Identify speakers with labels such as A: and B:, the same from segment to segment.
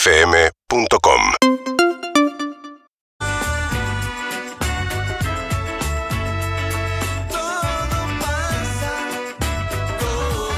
A: UrbanaPlayFM.com
B: Todo pasa, todo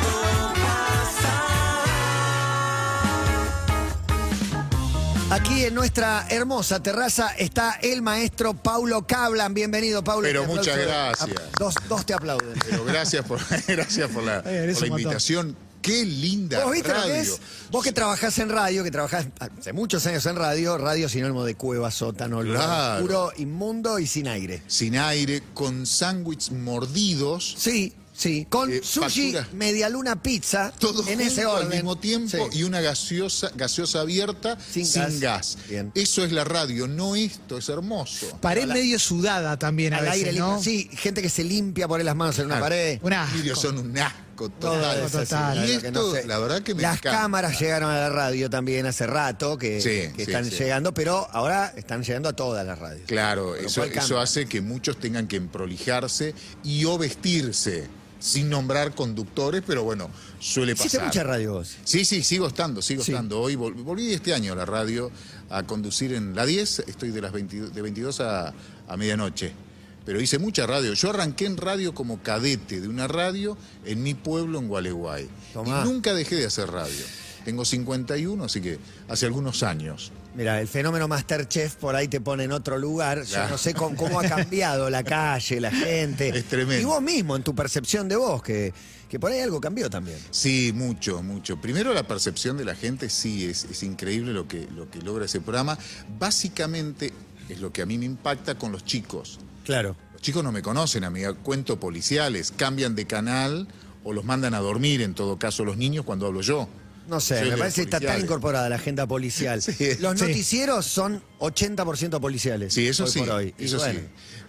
C: Aquí en nuestra hermosa terraza está el maestro Paulo Cablan. Bienvenido, Paulo.
D: Pero
C: Te aplauso.
D: muchas gracias.
C: Dos, dos te aplauden.
D: Pero gracias por, gracias por la,
C: Está bien, es
D: por la
C: un montón.
D: invitación. Qué linda
C: ¿Vos viste lo que
D: radio.
C: es? Vos que trabajás en radio, que trabajás hace muchos años en radio, radio sinónimo de cueva, sótano, lugar
D: Claro.
C: oscuro, inmundo y sin aire.
D: Sin aire, con sándwiches mordidos,
C: Sí, sí. Con
D: Eh,
C: sushi,
D: factura.
C: medialuna, pizza,
D: todo
C: en
D: junto
C: ese orden.
D: al mismo tiempo
C: Sí.
D: y una gaseosa, gaseosa abierta
C: Sin
D: sin,
C: gas.
D: gas.
C: Bien.
D: Eso es la radio, no esto, es hermoso.
E: Pared
C: Al-
E: medio sudada también a
C: Al
E: veces,
C: aire libre.
E: ¿no?
C: Sí, gente que se limpia, pone las manos en una
D: Ah.
C: pared.
E: Un
D: Los
E: asco.
D: vídeos son un asco
C: Pues
D: total.
E: asco total.
D: Y
C: Claro que no
D: esto,
C: sé.
D: la verdad que me
C: Las
D: encanta.
C: cámaras llegaron a la radio también hace rato, que,
D: Sí,
C: que
D: sí,
C: están
D: sí.
C: llegando, pero ahora están llegando a todas las radios.
D: Claro,
C: Con lo
D: eso,
C: cual
D: eso
C: cambia.
D: hace que muchos tengan que emprolijarse y o vestirse, sin nombrar conductores, pero bueno, suele
C: Hiciste
D: pasar.
C: mucha radio vos.
D: Sí, sí, sigo estando, sigo
C: Sí.
D: estando. Hoy vol- volví este año a la radio a conducir en la 10, estoy de las 22, de 22 a, a medianoche. Pero hice mucha radio. Yo arranqué en radio como cadete de una radio en mi pueblo, en Gualeguay.
C: Tomá.
D: Y nunca dejé de hacer radio. Tengo 51, así que hace algunos años.
C: Mira, el fenómeno Masterchef por ahí te pone en otro lugar. Yo
D: Claro.
C: no sé cómo, cómo ha cambiado la calle, la gente.
D: Es tremendo.
C: Y vos mismo, en tu percepción de vos, que, que por ahí algo cambió también.
D: Sí, mucho, mucho. Primero la percepción de la gente, sí, es, es increíble lo que, lo que logra ese programa. Básicamente es lo que a mí me impacta con los chicos.
C: Claro.
D: Los chicos no me conocen, amiga, cuento policiales, cambian de canal o los mandan a dormir, en todo caso, los niños cuando hablo yo.
C: No sé,
D: Soy
C: me
D: de
C: parece que está tan
D: policiales.
C: incorporada la agenda policial. Los
E: Sí.
C: noticieros son 80% policiales.
D: Sí, eso
C: hoy
D: sí,
C: Por hoy. Y
D: eso sí.
C: bueno,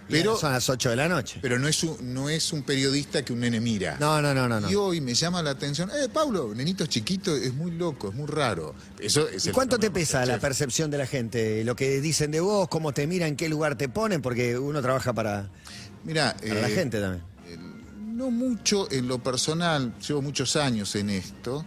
D: Pero-
C: son las 8 de la noche.
D: Pero no es, un, no es un periodista que un nene mira.
C: No, no, no, no. no.
D: Y hoy me llama la atención, eh, Pablo, nenito chiquito, es muy loco, es muy raro. Eso es
C: ¿Y
D: el
C: cuánto te
D: fenómeno
C: pesa la
D: Masterchef.
C: percepción de la gente? Lo que dicen de vos, cómo te miran, en qué lugar te ponen, porque uno trabaja para,
D: Mirá,
C: para la
D: eh,
C: gente también.
D: No mucho en lo personal, llevo muchos años en esto,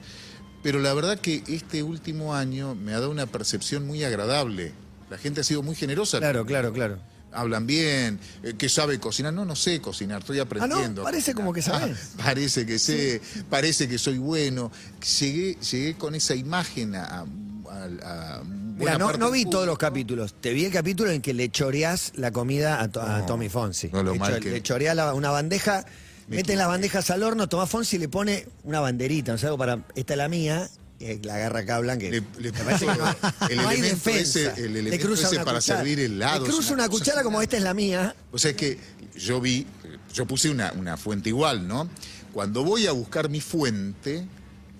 D: pero la verdad que este último año me ha dado una percepción muy agradable. La gente ha sido muy generosa.
C: Claro, claro, claro.
D: Hablan bien, eh, que sabe cocinar. No, no sé cocinar, estoy aprendiendo. a
C: Ah, parece
D: cocinar.
C: como que sabés.
D: Ah, parece que sé, parece que soy bueno. Llegué, llegué con esa imagen a... a- a- a
C: Mira,
D: buena
C: no,
D: parte
C: no
D: del
C: vi todos los
D: público.
C: capítulos. Te vi el capítulo en que le choreás la comida a, to- a Tommy Fonsi.
D: no lo
C: le,
D: mal
C: cho-
D: que-
C: le choreás la- una bandeja, meten las bandejas al horno, Tomás Fonsi le pone una banderita, no sé, algo para. Esta es la mía, eh, la agarra Cablan, que.
D: Le, le
C: me parece que
D: puso el
C: no hay
D: elemento
C: defensa.
D: ese, el
C: Le
D: elemento
C: cruza
D: ese
C: una
D: para
C: cuchara.
D: servir helado.
C: Le cruza una cuchara como esta es la mía.
D: O sea, es que yo vi, yo puse una, una fuente igual, ¿no? Cuando voy a buscar mi fuente,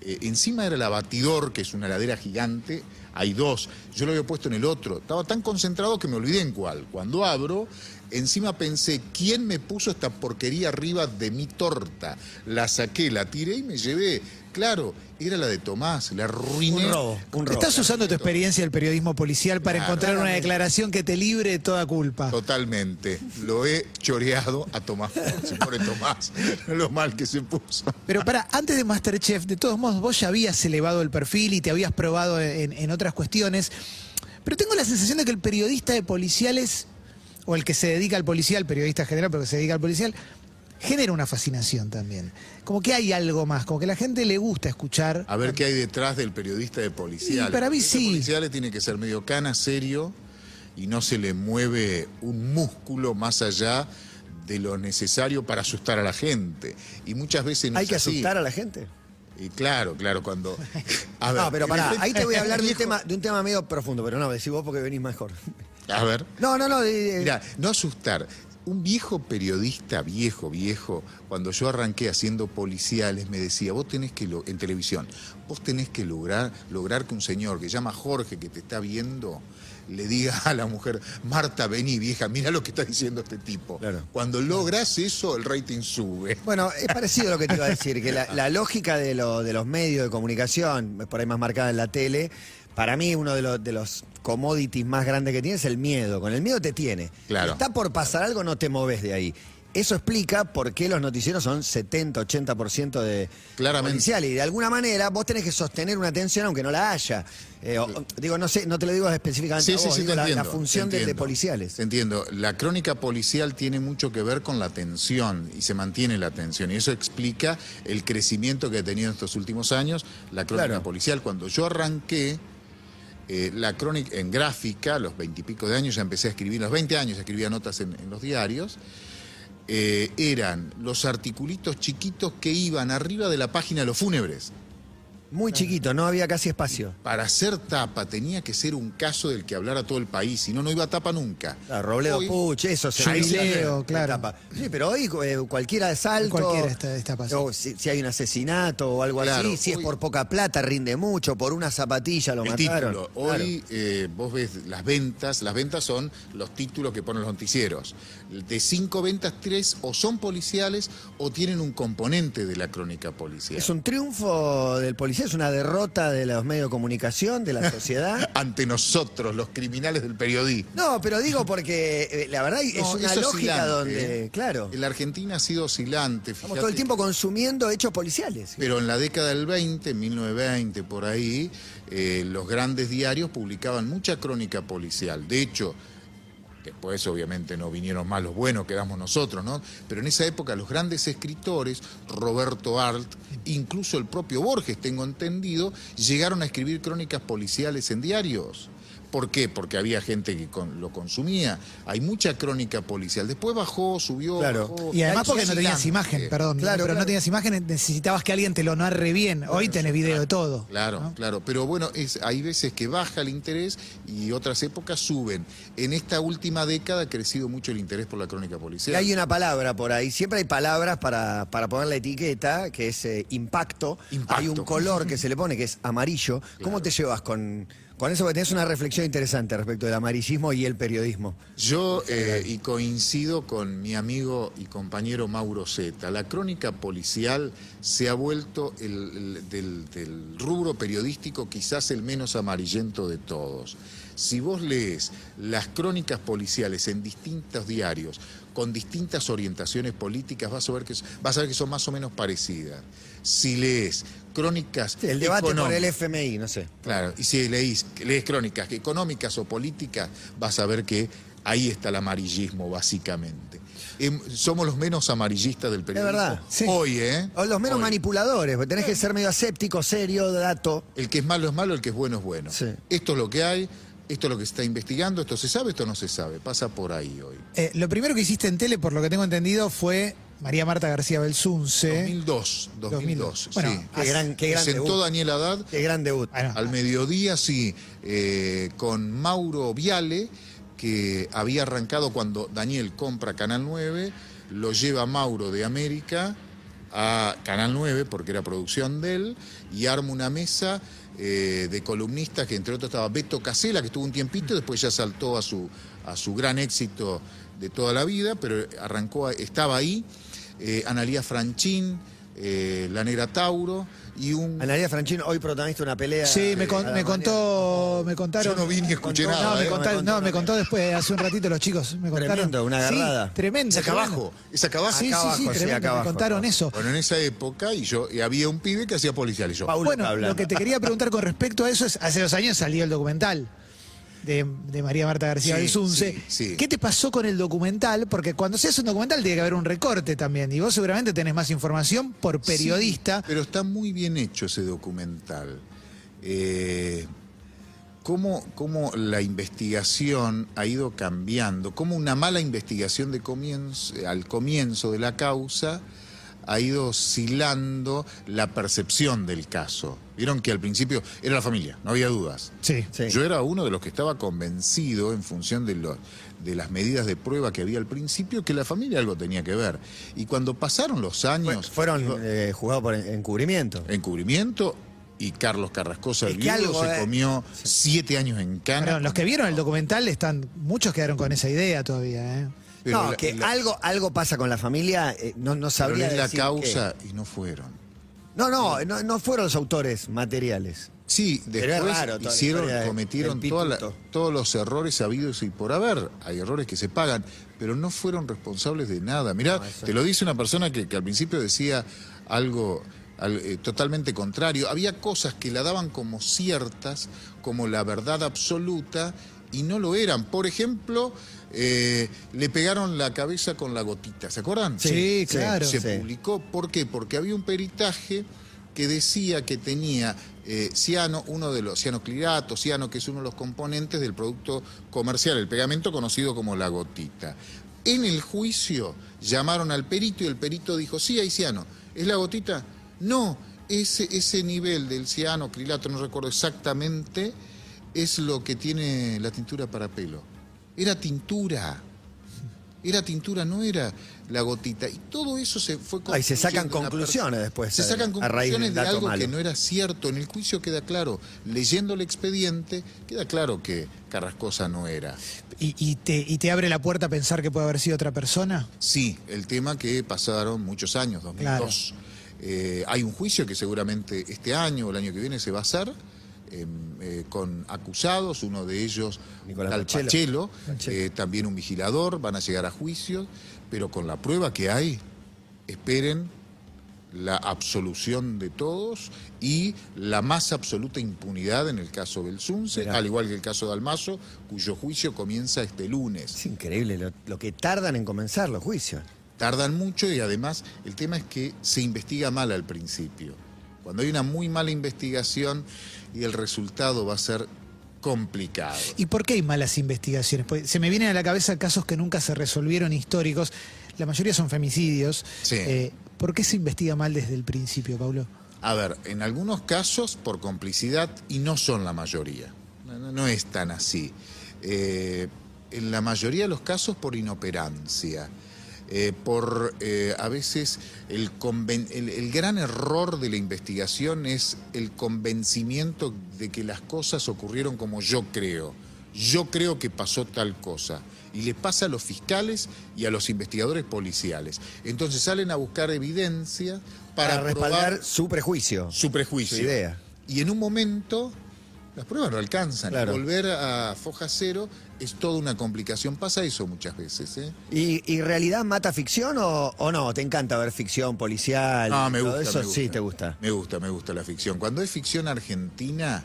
D: eh, encima era el abatidor, que es una heladera gigante, hay dos, yo lo había puesto en el otro. Estaba tan concentrado que me olvidé en cuál. Cuando abro, encima pensé, ¿quién me puso esta porquería arriba de mi torta? La saqué, la tiré y me llevé. Claro, era la de Tomás, la arruiné.
C: Un robo, un robo.
E: Estás usando tu experiencia del periodismo policial para
D: Claro.
E: encontrar una declaración que te libre de toda culpa.
D: Totalmente. Lo he choreado a Tomás. Se pone Tomás. Lo mal que se puso.
E: Pero para, antes de Masterchef, de todos modos, vos ya habías elevado el perfil y te habías probado en, en otras cuestiones. Pero tengo la sensación de que el periodista de policiales, o el que se dedica al policial, periodista general, pero que se dedica al policial, genera una fascinación también. Como que hay algo más, como que la gente le gusta escuchar.
D: A ver qué hay detrás del periodista de policiales.
E: Y para mí
D: El periodista de
E: sí.
D: policiales tiene que ser medio cana, serio, y no se le mueve un músculo más allá de lo necesario para asustar a la gente. Y muchas veces no
C: Hay
D: es
C: que
D: así.
C: asustar a la gente.
D: Y claro, claro, cuando. A ver,
C: No, pero
D: de
C: pará,
D: repente-
C: ahí te voy a hablar de un tema, de un tema medio profundo, pero no, decís vos porque venís mejor.
D: A ver.
C: No, no, no. de- de-
D: Mira, no asustar. Un viejo periodista, viejo, viejo, cuando yo arranqué haciendo policiales, me decía, vos tenés que, lo- en televisión, vos tenés que lograr, lograr que un señor que llama Jorge, que te está viendo, le diga a la mujer, Marta, vení vieja, mira lo que está diciendo este tipo.
C: Claro.
D: Cuando logras eso, el rating sube.
C: Bueno, es parecido a lo que te iba a decir, que la, la lógica de, lo- de los medios de comunicación, por ahí más marcada en la tele, para mí uno de, los- de los commodities más grandes que tiene es el miedo. Con el miedo te tiene.
D: Claro.
C: Está por pasar algo, no te moves de ahí. Eso explica por qué los noticieros son 70, 80% de
D: Claramente.
C: policial. Y de alguna manera vos tenés que sostener una tensión aunque no la haya. Eh, o- o- digo, no sé, no te lo digo específicamente a vos, digo
D: te
C: la, la
D: entiendo,
C: función
D: te
C: de- de,
D: entiendo.
C: policiales.
D: Te entiendo. La crónica policial tiene mucho que ver con la tensión y se mantiene la tensión. Y eso explica el crecimiento que ha tenido estos últimos años la crónica
C: Claro.
D: policial. Cuando yo arranqué. eh, la crónica en gráfica, a los veintipico de años, ya empecé a escribir, a los 20 años escribía notas en, en los diarios, eh, eran los articulitos chiquitos que iban arriba de la página de los fúnebres.
C: Muy chiquito, no había casi espacio.
D: Para ser tapa tenía que ser un caso del que hablara todo el país, si no, no iba a tapa nunca.
C: Claro, Ah, Robledo
D: Hoy-
C: Puch, eso se
E: Jubileo,
C: se-
E: claro.
C: tapa. Sí, pero hoy eh, cualquier asalto.
E: Cualquiera está- está pasando.
C: o si, si hay un asesinato o algo
D: Claro,
C: así, si es
D: hoy-
C: por poca plata, rinde mucho, por una zapatilla lo
D: el
C: mataron.
D: título.
C: Claro.
D: Hoy eh, vos ves las ventas, las ventas son los títulos que ponen los noticieros. De cinco ventas, tres o son policiales o tienen un componente de la crónica policial.
C: ¿Es un triunfo del policía? ¿Es una derrota de los medios de comunicación, de la sociedad?
D: Ante nosotros, los criminales del periodismo.
C: No, pero digo porque eh, la verdad es
D: No,
C: una
D: es
C: lógica
D: oscilante,
C: donde,
D: ¿eh?
C: claro,
D: En la Argentina ha sido oscilante, fíjate.
C: estamos todo el tiempo consumiendo hechos policiales.
D: Pero en la década del 20, 1920, por ahí, eh, los grandes diarios publicaban mucha crónica policial. De hecho, después obviamente no vinieron más los buenos, quedamos nosotros, ¿no? Pero en esa época los grandes escritores, Roberto Arlt, incluso el propio Borges, tengo entendido, llegaron a escribir crónicas policiales en diarios. ¿Por qué? Porque había gente que con- lo consumía. Hay mucha crónica policial. Después bajó, subió.
C: Claro.
D: bajó. Eh,
E: Y además
D: Es
E: porque no tenías
D: oscilante.
E: imagen, perdón.
C: Claro,
E: pero
C: claro.
E: no tenías imagen, necesitabas que alguien te lo narre bien. Hoy tenés video de todo.
D: Claro,
E: ¿no?
D: claro. Pero bueno, es, hay veces que baja el interés y otras épocas suben. En esta última década ha crecido mucho el interés por la crónica
C: Y
D: policial.
C: hay una palabra por ahí, siempre hay palabras para, para poner la etiqueta, que es eh, impacto.
D: Impacto.
C: Hay un color que se le pone, que es amarillo. ¿Cómo te llevas con, con eso? Porque tenés una reflexión interesante respecto del amarillismo y el periodismo.
D: Yo eh, y coincido con mi amigo y compañero Mauro Zeta. La crónica policial se ha vuelto el- el- del, del rubro periodístico quizás el menos amarillento de todos. Si vos lees las crónicas policiales en distintos diarios con distintas orientaciones políticas, vas a ver que, vas a ver que son más o menos parecidas. Si lees crónicas
C: Sí, el debate por
D: económicas-
C: el FMI, no sé.
D: Claro, y si leís, lees crónicas económicas o políticas, vas a ver que ahí está el amarillismo, básicamente. Em, somos los menos amarillistas del periodismo.
C: verdad, sí.
D: Hoy, ¿eh?
C: O los menos
D: Hoy.
C: manipuladores, porque tenés que ser medio aséptico, serio, dato.
D: El que es malo es malo, el que es bueno es bueno.
C: Sí.
D: Esto es lo que hay, esto es lo que se está investigando, esto se sabe, esto no se sabe. Pasa por ahí hoy.
E: Eh, lo primero que hiciste en tele, por lo que tengo entendido, fue María Marta García Belsunce.
D: 2002, 2002,
E: Bueno,
D: sí.
C: Qué gran, qué gran
D: Presentó
C: debut.
D: Daniel Haddad
C: Qué gran debut.
E: Bueno,
D: Al mediodía, sí, eh, con Mauro Viale, que había arrancado cuando Daniel compra Canal 9, lo lleva Mauro de América a Canal 9, porque era producción de él, y arma una mesa eh, de columnistas, que entre otros estaba Beto Casela, que estuvo un tiempito, después ya saltó a su, a su gran éxito de toda la vida, pero arrancó, a- estaba ahí, eh, Analía Franchín, eh, la negra Tauro, y un...
C: Analia Franchino, hoy protagonista de una pelea.
E: Sí, me, con-
C: a la
E: me
C: mañana.
E: contó, me contaron.
D: Yo no vi ni escuché
E: contó-
D: nada,
E: No, me
D: ¿eh?
E: contaron-
C: Me
E: no,
C: contó-
E: me contó después, hace un ratito los chicos. Me contaron.
C: Tremendo, una
E: Sí,
C: agarrada.
E: tremendo.
D: Es acá
E: tremendo.
D: abajo, es acá abajo.
E: Sí,
C: Acá
E: sí,
C: abajo,
E: sí,
C: sí, acá
E: tremendo, me
C: abajo.
E: contaron eso.
D: Bueno, en esa época y yo y había un pibe que hacía policial y yo.
C: Paulo
E: Bueno,
C: Cablan.
E: lo que te quería preguntar con respecto a eso es, hace dos años salió el documental de, de María Marta García
D: Sí,
E: Belsunce.
D: sí, sí.
E: ¿Qué te pasó con el documental? Porque cuando se hace un documental tiene que haber un recorte también, y vos seguramente tenés más información por periodista.
D: Sí, pero está muy bien hecho ese documental. Eh, cómo, cómo la investigación ha ido cambiando, cómo una mala investigación de comienzo, al comienzo de la causa ha ido oscilando la percepción del caso. Vieron que al principio era la familia, no había dudas.
E: Sí.
C: Sí.
D: Yo era uno de los que estaba convencido, en función de, los- de las medidas de prueba que había al principio, que la familia algo tenía que ver. Y cuando pasaron los
C: Fue-
D: años,
C: fueron eh, juzgados por en- encubrimiento.
D: encubrimiento, y Carlos Carrascosa,
C: Es
D: el
C: que
D: viudo,
C: algo,
D: se
C: eh.
D: comió siete años en cana.
E: Perdón, los que vieron el documental están, muchos quedaron con esa idea todavía, ¿eh?
D: Pero
C: no,
D: la-
C: que
D: la-
C: algo, algo pasa con la familia, eh, no, no
D: pero
C: sabría
D: lees la
C: decir
D: causa y no fueron.
C: qué. No, no, no, no fueron los autores materiales.
D: Sí,
C: Pero es
D: después
C: raro toda la
D: hicieron,
C: historia de-
D: cometieron
C: del
D: toda la-
C: pituto.
D: todos los errores sabidos y por haber. Hay errores que se pagan, pero no fueron responsables de nada. Mirá, te lo dice una persona que, que al principio decía algo al- eh, totalmente contrario. Había cosas que la daban como ciertas, como la verdad absoluta, y no lo eran. Por ejemplo, eh, le pegaron la cabeza con la gotita, ¿se acuerdan?
E: Sí, claro.
D: Se
C: sí.
D: publicó. ¿Por qué? Porque había un peritaje que decía que tenía eh, ciano, uno de los cianoclirato, ciano, que es uno de los componentes del producto comercial, el pegamento conocido como la gotita. En el juicio llamaron al perito y el perito dijo, sí, hay ciano. ¿Es la gotita? No, ese, ese nivel del ciano, crilato, no recuerdo exactamente, es lo que tiene la tintura para pelo. Era tintura. Era tintura, no era la gotita. Y todo eso se fue
C: Ah, y se sacan
D: construyendo una per-
C: conclusiones después,
D: Se
C: a-
D: sacan
C: a raíz del
D: conclusiones de
C: dato
D: algo
C: malo.
D: que no era cierto. En el juicio queda claro. Leyendo el expediente, queda claro que Carrascosa no era.
E: ¿Y, y te, y te abre la puerta a pensar que puede haber sido otra persona?
D: Sí, el tema que pasaron muchos años, 2002. Eh, hay un juicio que seguramente este año o el año que viene se va a hacer eh, eh, con acusados, uno de ellos
C: Nicolás
D: un tal
C: Pachelo.
D: Pachelo, eh, también un vigilador, van a llegar a juicios, pero con la prueba que hay, esperen la absolución de todos y la más absoluta impunidad en el caso Belsunce,
C: Mirá.
D: al igual que el caso de Almazo, cuyo juicio comienza este lunes.
C: Es increíble lo, lo que tardan en comenzar los juicios.
D: tardan mucho y además el tema es que se investiga mal al principio. Cuando hay una muy mala investigación y el resultado va a ser complicado.
E: ¿Y por qué hay malas investigaciones? Pues se me vienen a la cabeza casos que nunca se resolvieron históricos. La mayoría son femicidios.
D: Sí.
E: Eh, ¿Por qué se investiga mal desde el principio, Pablo?
D: A ver, en algunos casos por complicidad y no son la mayoría. No, no- no es tan así. Eh, en la mayoría de los casos por inoperancia. eh, por eh, a veces el, conven- el- el gran error de la investigación es el convencimiento de que las cosas ocurrieron como yo creo. Yo creo que pasó tal cosa. Y les pasa a los fiscales y a los investigadores policiales. Entonces salen a buscar evidencia para,
C: Para, respaldar
D: probar
C: su prejuicio.
D: su prejuicio.
C: Su idea.
D: Y en un momento las pruebas no alcanzan.
C: Claro.
D: Volver a foja cero es toda una complicación. Pasa eso muchas veces. ¿eh?
C: ¿Y, y realidad mata ficción o, o no? ¿Te encanta ver ficción policial?
D: No,
C: y
D: me
C: todo
D: gusta,
C: Eso
D: me gusta.
C: sí te gusta.
D: Me gusta, me gusta la ficción. Cuando es ficción argentina,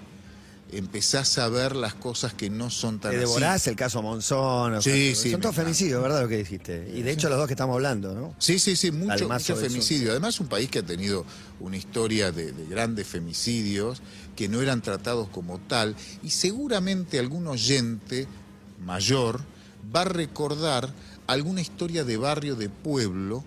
D: empezás a ver las cosas que no son tan
C: Te
D: así.
C: devorás el caso Monzón. o
D: Sí,
C: sea,
D: sí,
C: Son
D: me
C: todos
D: encanta.
C: femicidios, ¿verdad? Lo que dijiste. Y de hecho, los dos que estamos hablando, ¿no?
D: Sí, sí, sí, mucho,
C: Además,
D: mucho
C: sobre eso,
D: femicidio. Además, un país que ha tenido una historia de, de grandes femicidios que no eran tratados como tal. Y seguramente algún oyente mayor va a recordar alguna historia de barrio, de pueblo,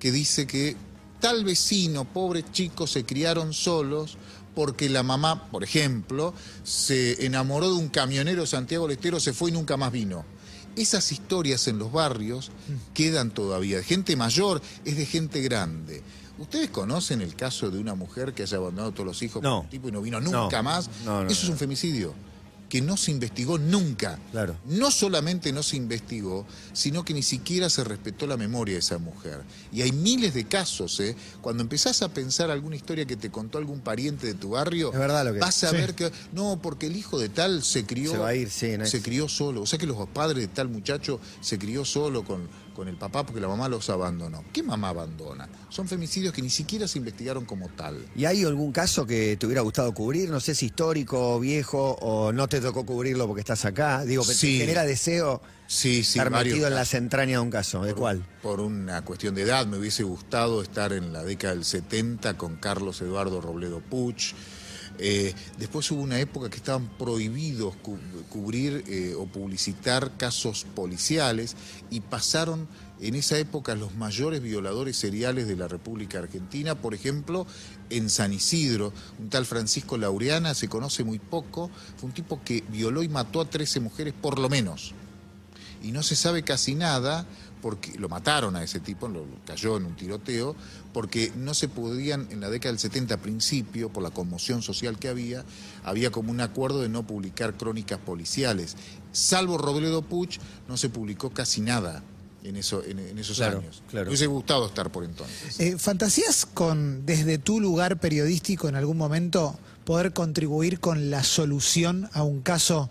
D: que dice que tal vecino, pobres chicos, se criaron solos porque la mamá, por ejemplo, se enamoró de un camionero de Santiago del Estero, se fue y nunca más vino. Esas historias en los barrios
C: Mm.
D: quedan todavía. Gente mayor es de gente grande. ¿Ustedes conocen el caso de una mujer que haya abandonado a todos los hijos
C: No.
D: por un tipo y no vino nunca
C: No.
D: más?
C: No, no,
D: Eso es
C: no.
D: un femicidio que no se investigó nunca.
C: Claro.
D: No solamente no se investigó, sino que ni siquiera se respetó la memoria de esa mujer. Y hay miles de casos, ¿eh? Cuando empezás a pensar alguna historia que te contó algún pariente de tu barrio,
C: Es verdad lo que-
D: vas a
E: Sí.
D: ver que. No, porque el hijo de tal se crió.
C: Se va a ir, sí, no es-
D: Se crió solo. O sea que los padres de tal muchacho se crió solo con, con el papá porque la mamá los abandonó. ¿Qué mamá abandona? Son femicidios que ni siquiera se investigaron como tal.
C: ¿Y hay algún caso que te hubiera gustado cubrir? No sé si histórico, viejo, o no te tocó cubrirlo porque estás acá. Digo, pero
D: Sí.
C: te genera deseo
D: Sí, sí,
C: estar
D: varios
C: metido en
D: casos.
C: las entrañas de un caso. ¿De cuál?
D: Por una cuestión de edad, me hubiese gustado estar en la década del 70 con Carlos Eduardo Robledo Puch. Eh, después hubo una época que estaban prohibidos cu- cubrir eh, o publicitar casos policiales y pasaron en esa época los mayores violadores seriales de la República Argentina. Por ejemplo, en San Isidro, un tal Francisco Laureana, se conoce muy poco, fue un tipo que violó y mató a 13 mujeres por lo menos y no se sabe casi nada porque lo mataron a ese tipo, lo, lo- cayó en un tiroteo, porque no se podían, en la década del 70 a principio, por la conmoción social que había, había como un acuerdo de no publicar crónicas policiales. Salvo Robledo Puch, no se publicó casi nada en, eso, en, en esos
C: Claro,
D: años.
C: claro.
D: Me hubiese gustado estar por entonces.
E: Eh, ¿Fantasías con desde tu lugar periodístico en algún momento poder contribuir con la solución a un caso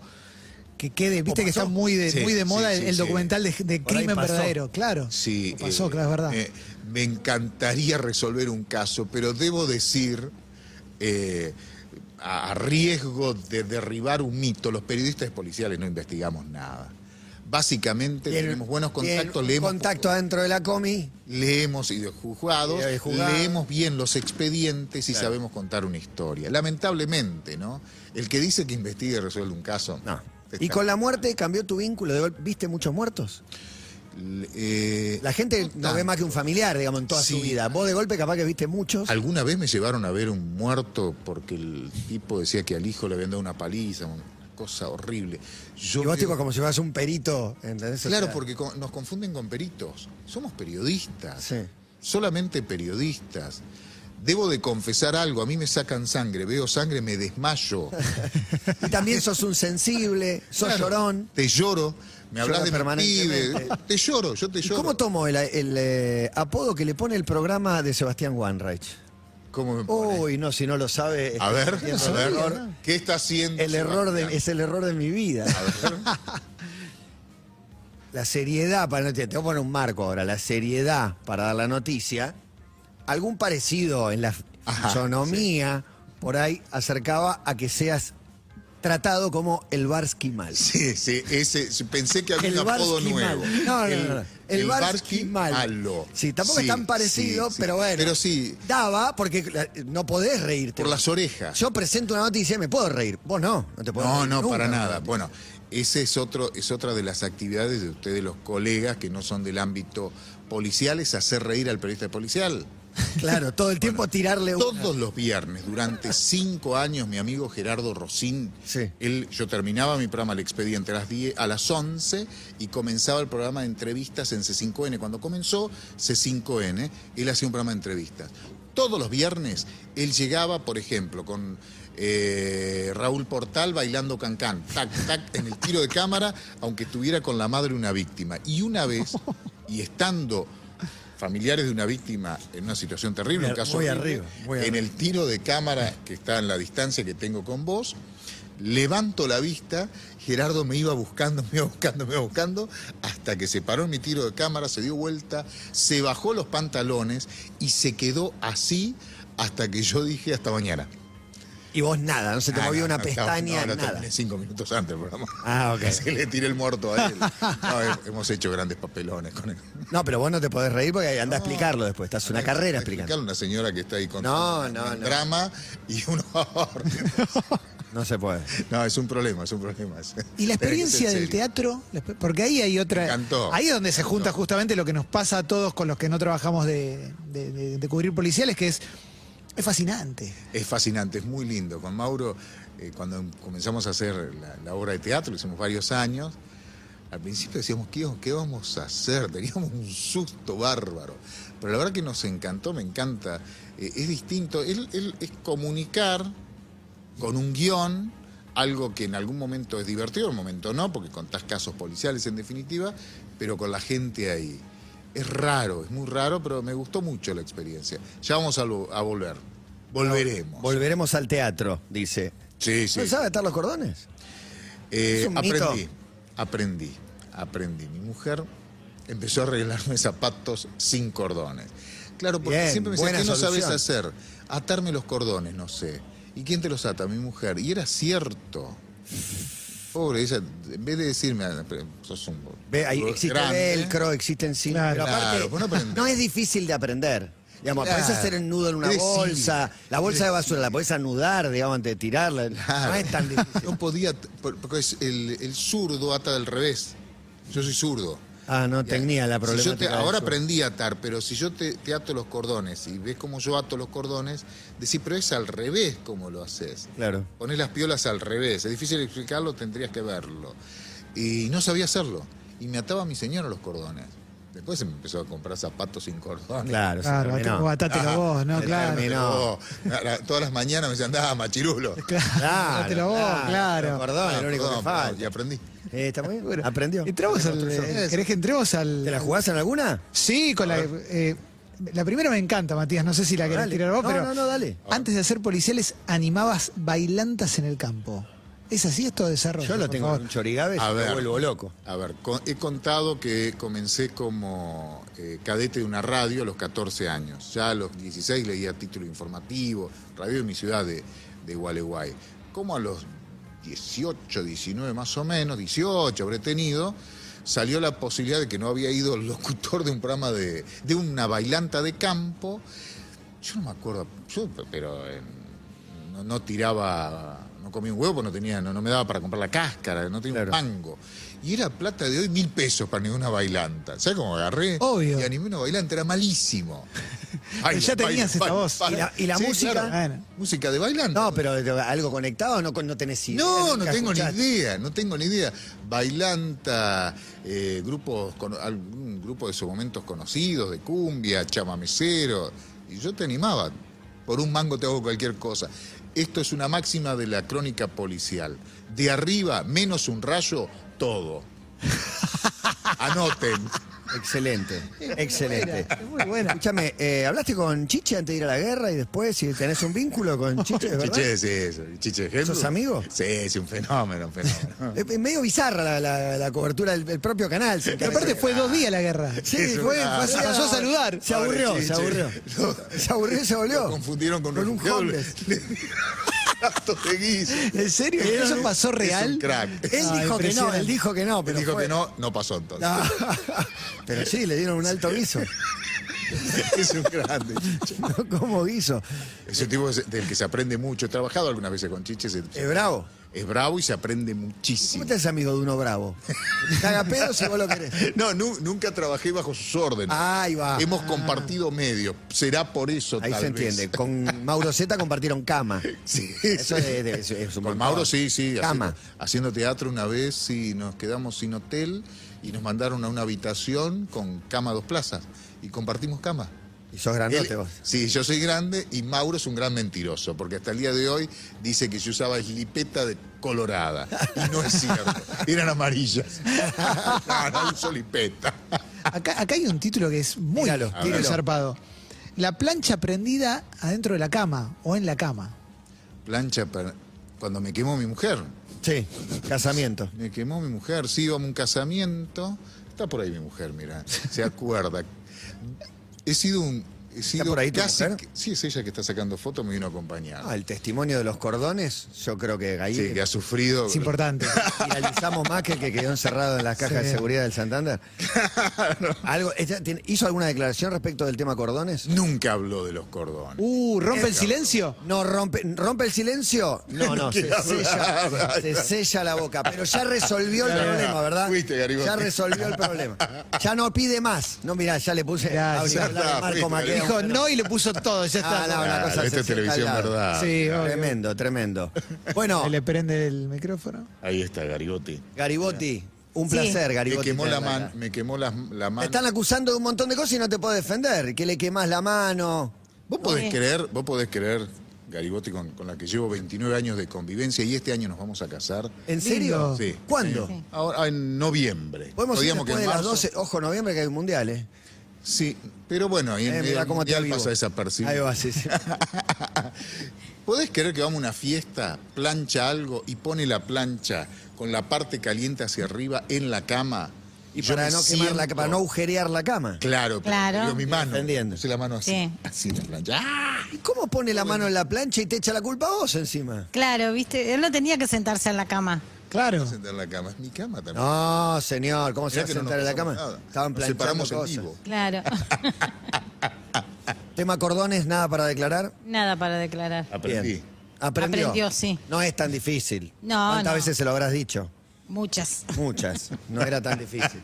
E: que quede, viste que
C: pasó.
E: está muy de,
D: Sí,
E: muy de
D: sí,
E: moda el,
D: sí,
E: el
D: sí.
E: documental de, de
C: Por ahí
E: crimen
C: pasó.
E: verdadero, claro.
D: Sí,
E: O pasó,
D: eh,
E: claro, es verdad.
D: eh, me encantaría resolver un caso, pero debo decir, eh, a, a riesgo de derribar un mito, los periodistas policiales no investigamos nada. Básicamente
C: Tienen-
D: tenemos buenos
C: tienen
D: contactos,
C: un
D: leemos,
C: Contacto adentro de la comi.
D: leemos y de juzgados,
C: Y de juzgados.
D: leemos bien los expedientes y sabemos contar una historia. Lamentablemente, ¿no? El que dice que investigue y resuelve un caso.
C: No.
D: está-
C: Y con la muerte cambió tu vínculo. de golpe. ¿Viste muchos muertos?
D: eh,
C: La gente no ve
D: tanto.
C: más que un familiar, digamos, en toda su
D: Sí.
C: vida. Vos de golpe capaz que viste muchos.
D: ¿Alguna vez me llevaron a ver un muerto porque el tipo decía que al hijo le habían dado una paliza, una cosa horrible? Yo
C: y vos,
D: digo-
C: tipo, como si fueras un perito, ¿entendés? O
D: claro,
C: sea,
D: porque con- nos confunden con peritos. Somos periodistas.
C: Sí.
D: Solamente periodistas. Debo de confesar algo, a mí me sacan sangre, veo sangre, me desmayo.
C: Y también sos un sensible, sos
D: Claro,
C: llorón.
D: Te lloro, me hablas de
C: Llora
D: mi pibe,
C: permanentemente.
D: te lloro, yo te
C: ¿Y
D: lloro.
C: cómo tomo el, el, eh, apodo que le pone el programa de Sebastián Wanreich?
D: ¿Cómo
C: Oh,
D: me pones?
C: Uy, no, si no lo sabe.
D: a ver,
C: está
D: a
C: haciendo
D: ver,
C: el error,
D: ¿qué está haciendo?
C: el error de-
D: Sebastián?
C: es el error de mi vida. La seriedad, para no te te voy a poner un marco ahora, la seriedad para dar la noticia, algún parecido en la
D: Ajá,
C: fisonomía por ahí acercaba a que seas tratado como el Barsky mal.
D: Sí, sí, ese, sí, pensé que había
C: El
D: un apodo
C: Barsky
D: nuevo.
C: Mal. No, no, no, no. El Barsky Mal.
D: Malo.
C: Sí, tampoco es tan parecido,
D: sí, sí.
C: pero bueno.
D: Pero sí,
C: Daba, porque la- no podés reírte.
D: por las orejas.
C: Yo presento una noticia y me puedo reír. Vos no, no te podés
D: no,
C: reír
D: no,
C: nunca.
D: para nada. Bueno, esa es, otro, es otra de las actividades de ustedes, los colegas que no son del ámbito policial, es hacer reír al periodista policial.
C: Claro, todo el tiempo tirarle un.
D: Todos los viernes, durante cinco años, mi amigo Gerardo Rosín,
C: Sí.
D: él, yo terminaba mi programa El Expediente a las, 10, a las 11 y comenzaba el programa de entrevistas en C5N. Cuando comenzó C5N, él hacía un programa de entrevistas. Todos los viernes, él llegaba, por ejemplo, con eh, Raúl Portal bailando cancán, tac, tac, en el tiro de cámara, aunque estuviera con la madre una víctima. Y una vez, y estando familiares de una víctima en una situación
C: Muy
D: terrible, un
C: ar-
D: caso
C: muy
D: horrible,
C: arriba, muy
D: en
C: arriba.
D: el tiro de cámara que está en la distancia que tengo con vos, levanto la vista, Gerardo me iba buscando, me iba buscando, me iba buscando, hasta que se paró en mi tiro de cámara, se dio vuelta, se bajó los pantalones y se quedó así hasta que yo dije hasta mañana.
C: Y vos nada, no se te
D: Ah,
C: movió
D: no,
C: una
D: no,
C: pestaña,
D: no, no,
C: nada.
D: terminé cinco minutos antes del programa.
C: Ah, ok.
D: Se le tiré el muerto a él. No, he- hemos hecho grandes papelones con él.
C: No, pero vos no te podés reír porque anda a explicarlo después. Estás una carrera explicando.
D: Explicarle a una señora que está ahí con
C: No,
D: un
C: no, no.
D: drama y un horror.
C: No se puede.
D: No, es un problema, es un problema.
E: Y la
D: Tiene que ser
E: experiencia del
D: serio.
E: teatro, la espe- porque ahí hay otra.
D: Me encantó.
E: Ahí es donde se junta justamente lo que nos pasa a todos con los que no trabajamos de, de- de- de cubrir policiales, que es. Es fascinante.
D: Es fascinante, es muy lindo. Con Mauro, eh, cuando comenzamos a hacer la, la obra de teatro, lo hicimos varios años, al principio decíamos, ¿qué, qué vamos a hacer? Teníamos un susto bárbaro. Pero la verdad que nos encantó, me encanta. Eh, es distinto, él, él es comunicar con un guión algo que en algún momento es divertido, en un momento no, porque contás casos policiales en definitiva, pero con la gente ahí. Es raro, es muy raro, pero me gustó mucho la experiencia. Ya vamos a, lo- a volver. Volveremos.
C: Volveremos Pues, al teatro, dice.
D: Sí, sí.
C: ¿No sabe atar los cordones?
D: Eh,
C: Es un mito.
D: aprendí, aprendí, aprendí. Mi mujer empezó a arreglarme zapatos sin cordones. Claro, porque
C: Bien,
D: siempre me decía,
C: buena
D: ¿qué no
C: solución.
D: sabes hacer? Atarme los cordones, no sé. ¿Y quién te los ata? Mi mujer. Y era cierto. Pobre, ella, en vez de decirme, "Ah, pero sos un
C: Ve, ahí
D: gro-
C: existe
D: grande",
C: velcro, existen sin.
E: Claro.
C: pero aparte,
D: Claro, vos no aprendés.
C: no es difícil de aprender. Digamos,
D: Claro.
C: podés hacer el nudo en una
D: Es decir,
C: bolsa, la bolsa de basura la podés anudar, digamos, antes de tirarla.
D: Claro.
C: No es tan difícil.
D: No podía, por- porque es el, el zurdo ata del revés. Yo soy zurdo.
C: Ah, no
D: Ya.
C: tenía la
D: Si yo te-
C: problemática. del
D: ahora
C: sur.
D: aprendí a atar, pero si yo te, te ato los cordones y ves cómo yo ato los cordones, decís, pero es al revés como lo haces.
C: Claro.
D: Pones las piolas al revés. Es difícil explicarlo, tendrías que verlo. Y no sabía hacerlo. Y me ataba mi señora los cordones. Después se me empezó a comprar zapatos sin cordones.
C: Claro, se
E: Claro,
C: terminó.
E: atá- atátelo
D: Ajá.
E: vos, ¿no?
C: Se
E: Claro.
C: terminó.
D: Pero, nada, todas las mañanas me decían, andaba machirulo.
C: Ah, Claro,
E: Atátelo vos, claro.
C: los cordones,
D: Ah,
C: lo único
D: perdón,
C: que
D: perdón,
C: falta.
D: Y aprendí.
C: Eh, está muy bien. Aprendió.
E: Entramos al, eh, ¿Querés que entremos al.
C: ¿Te la jugás en alguna?
E: Sí, con la. eh, La primera me encanta, Matías, no sé si la querés
C: Dale.
E: tirar vos,
C: No,
E: pero
C: no, no, dale.
E: antes de hacer policiales animabas bailantas en el campo. ¿Es así esto de desarrollo?
C: Yo lo tengo en un chorigabe,
D: A
C: yo me
D: ver.
C: vuelvo loco.
D: A ver, co- he contado que comencé como eh, cadete de una radio a los 14 años. Ya a los 16 leía título informativo, radio de mi ciudad de, de Gualeguay. Como a los 18, 19 más o menos, 18 habré tenido, salió la posibilidad de que no había ido el locutor de un programa de, de una bailanta de campo. Yo no me acuerdo, yo, pero eh, no, no tiraba, no comía un huevo, porque no tenía, no, no me daba para comprar la cáscara, no tenía
C: Claro.
D: un mango. Y era plata de hoy mil pesos para ninguna bailanta. ¿Sabes cómo agarré?
E: Obvio.
D: Y animé una bailanta, era malísimo. Baila,
E: ya tenías esa voz.
C: ¿Y la- y la música?
E: Bueno.
D: Música de bailanta.
C: No, pero eh, algo conectado no, con- no tenés idea.
D: No, no
C: nunca
D: tengo
C: escuchaste.
D: ni idea, no tengo ni idea. Bailanta, eh, grupos, con, algún grupo de esos momentos conocidos, de cumbia, chamamecero. Y yo te animaba. Por un mango te hago cualquier cosa. Esto es una máxima de la crónica policial. De arriba, menos un rayo, todo. Anoten.
C: Excelente, excelente.
E: es muy buena.
C: Escúchame, eh, ¿hablaste con Chiche antes de ir a la guerra y después si tenés un vínculo con Chiche? ¿verdad?
D: Chiche, sí, eso. Chiche, ejemplo.
C: ¿Sos amigo?
D: Sí, sí, un fenómeno, un fenómeno.
C: Es es medio bizarra la, la- la cobertura del, del propio canal. Ah, se
E: Y aparte fue dos días la guerra.
C: Sí,
D: Es
C: fue,
D: una-
C: pasó-
E: Pasó a saludar.
C: Se aburrió,
D: Pobre
C: se
D: Chiche.
C: aburrió. Se aburrió y se
D: Lo
C: volvió.
D: confundieron con,
C: un
D: refugiado.
C: homeless.
D: Le- Platos de guiso.
E: ¿En serio?
D: Es
E: ¿Eso
D: un-
E: pasó
D: Es
E: real?
D: un crack.
C: Él
E: Ah,
C: dijo que no,
E: impresionante.
C: él dijo que no,
D: Él
C: pero
D: dijo
C: fue- Ah.
D: que no, no pasó entonces.
C: No. Pero sí, le dieron un alto guiso.
D: Es un grande. Chiche.
C: No como guiso.
D: Es un tipo que se- del que se aprende mucho. He trabajado algunas veces con Chiche. se-
C: Es bravo.
D: Es bravo y se aprende
C: ¿Cómo
D: muchísimo.
C: te haces amigo de uno bravo? Caga pedo si vos lo querés.
D: No, nu- nunca trabajé bajo sus órdenes.
C: Ah, Ahí va.
D: Hemos compartido medios. Será por eso
C: Ahí
D: tal
C: se
D: vez.
C: entiende. Con Mauro Z compartieron cama.
D: Sí.
C: Eso es, de- es- es un
D: Con
C: montón.
D: Mauro, sí, sí.
C: Cama.
D: Haciendo, haciendo teatro una vez, sí, nos quedamos sin hotel y nos mandaron a una habitación con cama dos plazas y compartimos cama.
C: Y sos grandote
D: Él-
C: vos.
D: sí, yo soy grande y Mauro es un gran mentiroso, porque hasta el día de hoy dice que yo usaba lipeta de colorada. Y no es cierto. Eran amarillas. No, no uso lipeta.
E: Acá, acá hay un título que es muy
C: Tíralo,
E: muy
C: tíralo.
E: zarpado. La plancha prendida adentro de la cama o en la cama.
D: Plancha para- Cuando me quemó mi mujer.
C: Sí, casamiento.
D: Me quemó mi mujer, sí, íbamos a un casamiento. Está por ahí mi mujer, mira, se acuerda. He sido un. He sido
C: por ahí tu
D: casi
C: mujer?
D: que- sí, es ella que está sacando fotos, me vino a acompañar.
C: Ah, el testimonio de los cordones, yo creo que ahí
D: sí, que ha sufrido.
E: Es importante.
C: viralizamos más que el que quedó encerrado en las cajas
E: Sí.
C: de seguridad del Santander. Algo, ella tiene- ¿Hizo alguna declaración respecto del tema cordones?
D: Nunca habló de los cordones.
E: Uh, rompe el silencio.
C: No, rompe, rompe el silencio. No, no, se sella, se sella la boca. Pero ya resolvió el
D: Ya, ya, ya.
C: problema, ¿verdad?
D: Fuiste, Garibaldi.
C: ya resolvió el problema. Ya no pide más. No, mirá, ya le puse
E: Ya,
C: a
E: ya
C: hablar de
D: está,
C: Marco
D: fuiste,
C: Maqueda.
E: Dijo no y le puso todo, ya
C: Ah,
E: está.
C: no, una
D: Claro,
C: cosa
D: esta
C: se- se
D: televisión,
C: calla.
D: verdad.
E: Sí, obvio.
C: Tremendo, tremendo. Bueno,
E: Se le prende el micrófono.
C: Uh.
D: Ahí está, Garigote.
C: Garibotti, un
F: Sí.
C: placer,
D: Me
C: Garibotti.
D: quemó, la
C: tenerla
D: man-
C: acá.
D: me quemó la, la
C: Te
D: mano.
C: están acusando de un montón de cosas y no te puedes defender. Que le quemás la mano.
D: Vos podés
F: Sí.
D: creer, vos podés creer, Garigote, con, con la que llevo 29 años de convivencia y este año nos vamos a casar.
C: ¿En serio?
E: Lindo.
D: Sí.
C: ¿Cuándo?
D: Sí. Ahora, ah, en noviembre.
C: Podemos ir
D: Podíamos que
C: después
D: en
C: de las
D: marzo.
C: 12. Ojo, noviembre que hay un mundial, ¿eh?
D: Sí, pero bueno, ahí en
C: Eh,
D: medio
C: mirá
D: del
C: cómo te
D: mundial
C: avivo.
D: pasa
C: Ahí
D: desapercibido.
C: va, sí, sí.
D: ¿Podés creer que vamos a una fiesta, plancha algo y pone la plancha con la parte caliente hacia arriba en la cama?
C: Y
D: Yo
C: para
D: me
C: no quemar la,
D: siento-
C: para no agujerear la cama.
D: Claro, pero
F: Claro.
D: digo, mi mano.
C: Entendiendo.
D: Puse la mano así.
F: Sí.
D: Así la plancha. ¡Ah!
C: ¿Y cómo pone la mano en la plancha y te echa la culpa a vos encima?
F: Claro, viste, él no tenía que sentarse en la cama.
E: Claro.
D: Sentar en la cama. Es mi cama también.
C: No, señor, ¿cómo se
D: Mirá
C: va a
D: que no nos
C: sentar en la cama?
D: pasamos nada.
C: Estaban
D: Nos
C: planchando
D: separamos en
C: cosas.
D: vivo.
F: Claro.
C: Tema cordones, nada para declarar.
F: Nada para declarar.
D: Aprendí.
C: Bien. Aprendió.
F: Aprendió, sí.
C: No es tan difícil.
F: No,
C: ¿Cuántas
F: no.
C: veces se lo habrás dicho?
F: Muchas.
C: Muchas. No era tan difícil.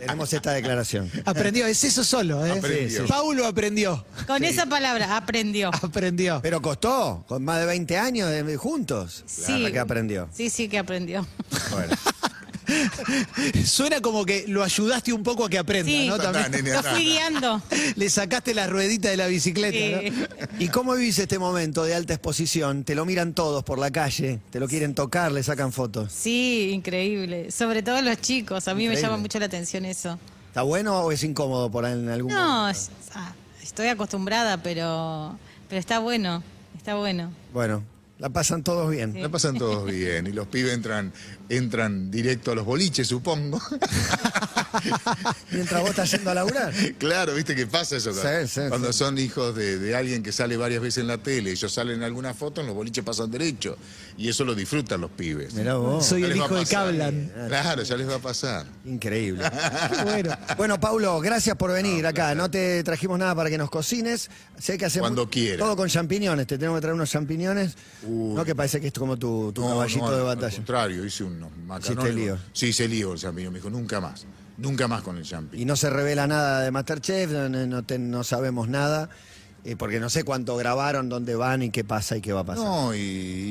C: Tenemos esta declaración.
E: Aprendió, es eso solo. ¿eh?
D: Aprendió.
E: Paulo aprendió.
F: Con esa palabra, aprendió.
E: Ah, Aprendió.
C: Pero costó, con más de 20 años de- juntos.
F: Sí.
C: Hasta que aprendió.
F: Sí, sí que aprendió.
C: Bueno.
E: Suena como que lo ayudaste un poco a que aprenda,
F: Sí.
E: ¿no?
D: Andá,
E: También
D: nene,
F: Lo
D: andá,
F: fui
D: andá.
F: guiando.
E: le sacaste la ruedita de la bicicleta,
F: Sí.
E: ¿no?
C: ¿Y cómo vivís este momento de alta exposición? Te lo miran todos por la calle, te lo quieren tocar, le sacan fotos.
F: Sí, increíble. Sobre todo los chicos. A mí
C: Increíble.
F: me llama mucho la atención eso.
C: ¿Está bueno o es incómodo por ahí en algún
F: No,
C: momento?
F: es- ah, estoy acostumbrada, pero, pero está bueno, está bueno.
C: Bueno, la pasan todos bien.
D: La pasan todos bien y los pibes entran, entran directo a los boliches, supongo.
C: Mientras vos estás yendo a laburar.
D: claro, viste que pasa eso.
C: Sí, sí,
D: Cuando
C: sí.
D: son hijos de, de alguien que sale varias veces en la tele, ellos salen en alguna foto, en los boliches pasan derecho. Y eso lo disfrutan los pibes.
C: Mirá vos.
E: Soy
D: Ya
E: el
D: les va a
E: hijo de
D: pasar.
E: Cablan.
D: Claro, ya les va a pasar.
C: Increíble.
E: Qué bueno.
C: Bueno, Paulo, gracias por venir
D: Ah,
C: acá. No te trajimos nada para que nos cocines. Sé que hacemos
D: Cuando quiera.
C: todo con champiñones. Te tengo que traer unos champiñones.
D: Uy.
C: No, que parece que es como tu, tu
D: No,
C: caballito
D: no,
C: de
D: Al
C: batalla.
D: contrario, hice unos macarrones.
C: Hiciste lío.
D: Sí, hice lío el champiñón. Me dijo, nunca más. Nunca más con el
C: Y
D: champiñón.
C: no se revela nada de Masterchef, no, no- no te- no sabemos nada. eh, porque no sé cuánto grabaron, dónde van y qué pasa y qué va a pasar.
D: No, y,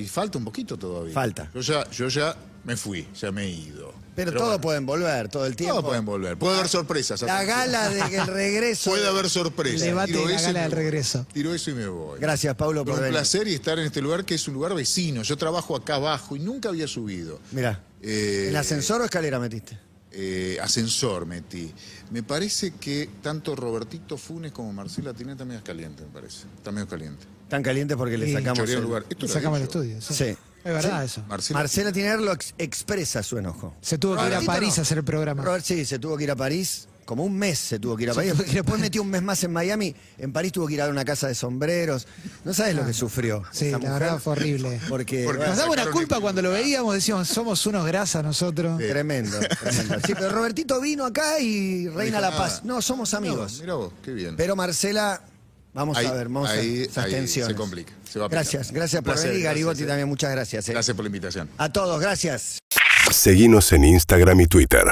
D: y falta un poquito todavía.
C: Falta.
D: Yo ya, yo ya me fui, ya me he ido.
C: Pero, todos
D: bueno,
C: pueden volver, todo el tiempo.
D: Todos pueden volver. Puede haber sorpresas.
C: La gala de que el regreso.
D: Puede haber sorpresas.
E: El debate
D: Tiro
E: de la
D: eso y
E: gala
D: me
E: del
D: voy.
E: regreso.
D: Tiro eso y me voy.
C: Gracias, Paulo,
D: Pero
C: por
D: un
C: venir.
D: placer y estar en este lugar que es un lugar vecino. Yo trabajo acá abajo y nunca había subido.
C: Mirá.
D: Eh,
C: ¿En ascensor o escalera metiste?
D: eh, ascensor metí. Me parece que tanto Robertito Funes como Marcela Tineta están medio calientes, me parece. Están medio calientes.
C: Tan caliente porque le
E: Sí.
C: sacamos.
D: Chorearon
C: el-
D: lugar. Esto
E: Lo
D: lo
E: sacamos al
D: digo yo.
E: estudio. Sí.
C: Sí.
E: Es verdad eso.
D: Marcela,
C: Marcela Tinerlo ex- expresa su enojo.
E: Se tuvo que ir a
C: Robertito
E: París
C: no.
E: a hacer el programa.
C: Robert sí, se tuvo que ir a París. Como un mes se tuvo que ir a
E: Se
C: París.
E: tuvo que ir a
C: Después
E: París.
C: metió un mes más en Miami. En París tuvo que ir a una casa de sombreros. No sabes lo que sufrió.
E: Ah. Sí,
C: esa
E: la
C: mujer,
E: verdad fue horrible.
C: Porque,
D: Porque-
E: Nos daba una
D: sacaron
E: culpa
D: el-
E: cuando lo veíamos, decíamos, somos unos grasas nosotros.
D: Sí.
C: tremendo, tremendo. Sí, pero Robertito vino acá y Reina
D: dijo
C: la Paz.
D: nada.
C: No, somos
D: Mirá vos,
C: amigos.
D: Mirá vos, qué bien.
C: Pero Marcela, vamos a
D: Ahí-
C: ver, vamos a
D: ahí-
C: esas
D: ahí
C: tensiones.
D: Se complica. se va a
C: gracias,
D: aplicar.
C: gracias por
D: Placer,
C: venir. Garibotti
D: gracias, eh.
C: también, muchas gracias. eh.
D: Gracias por la invitación.
C: A todos, gracias.
A: Seguinos en Instagram y Twitter.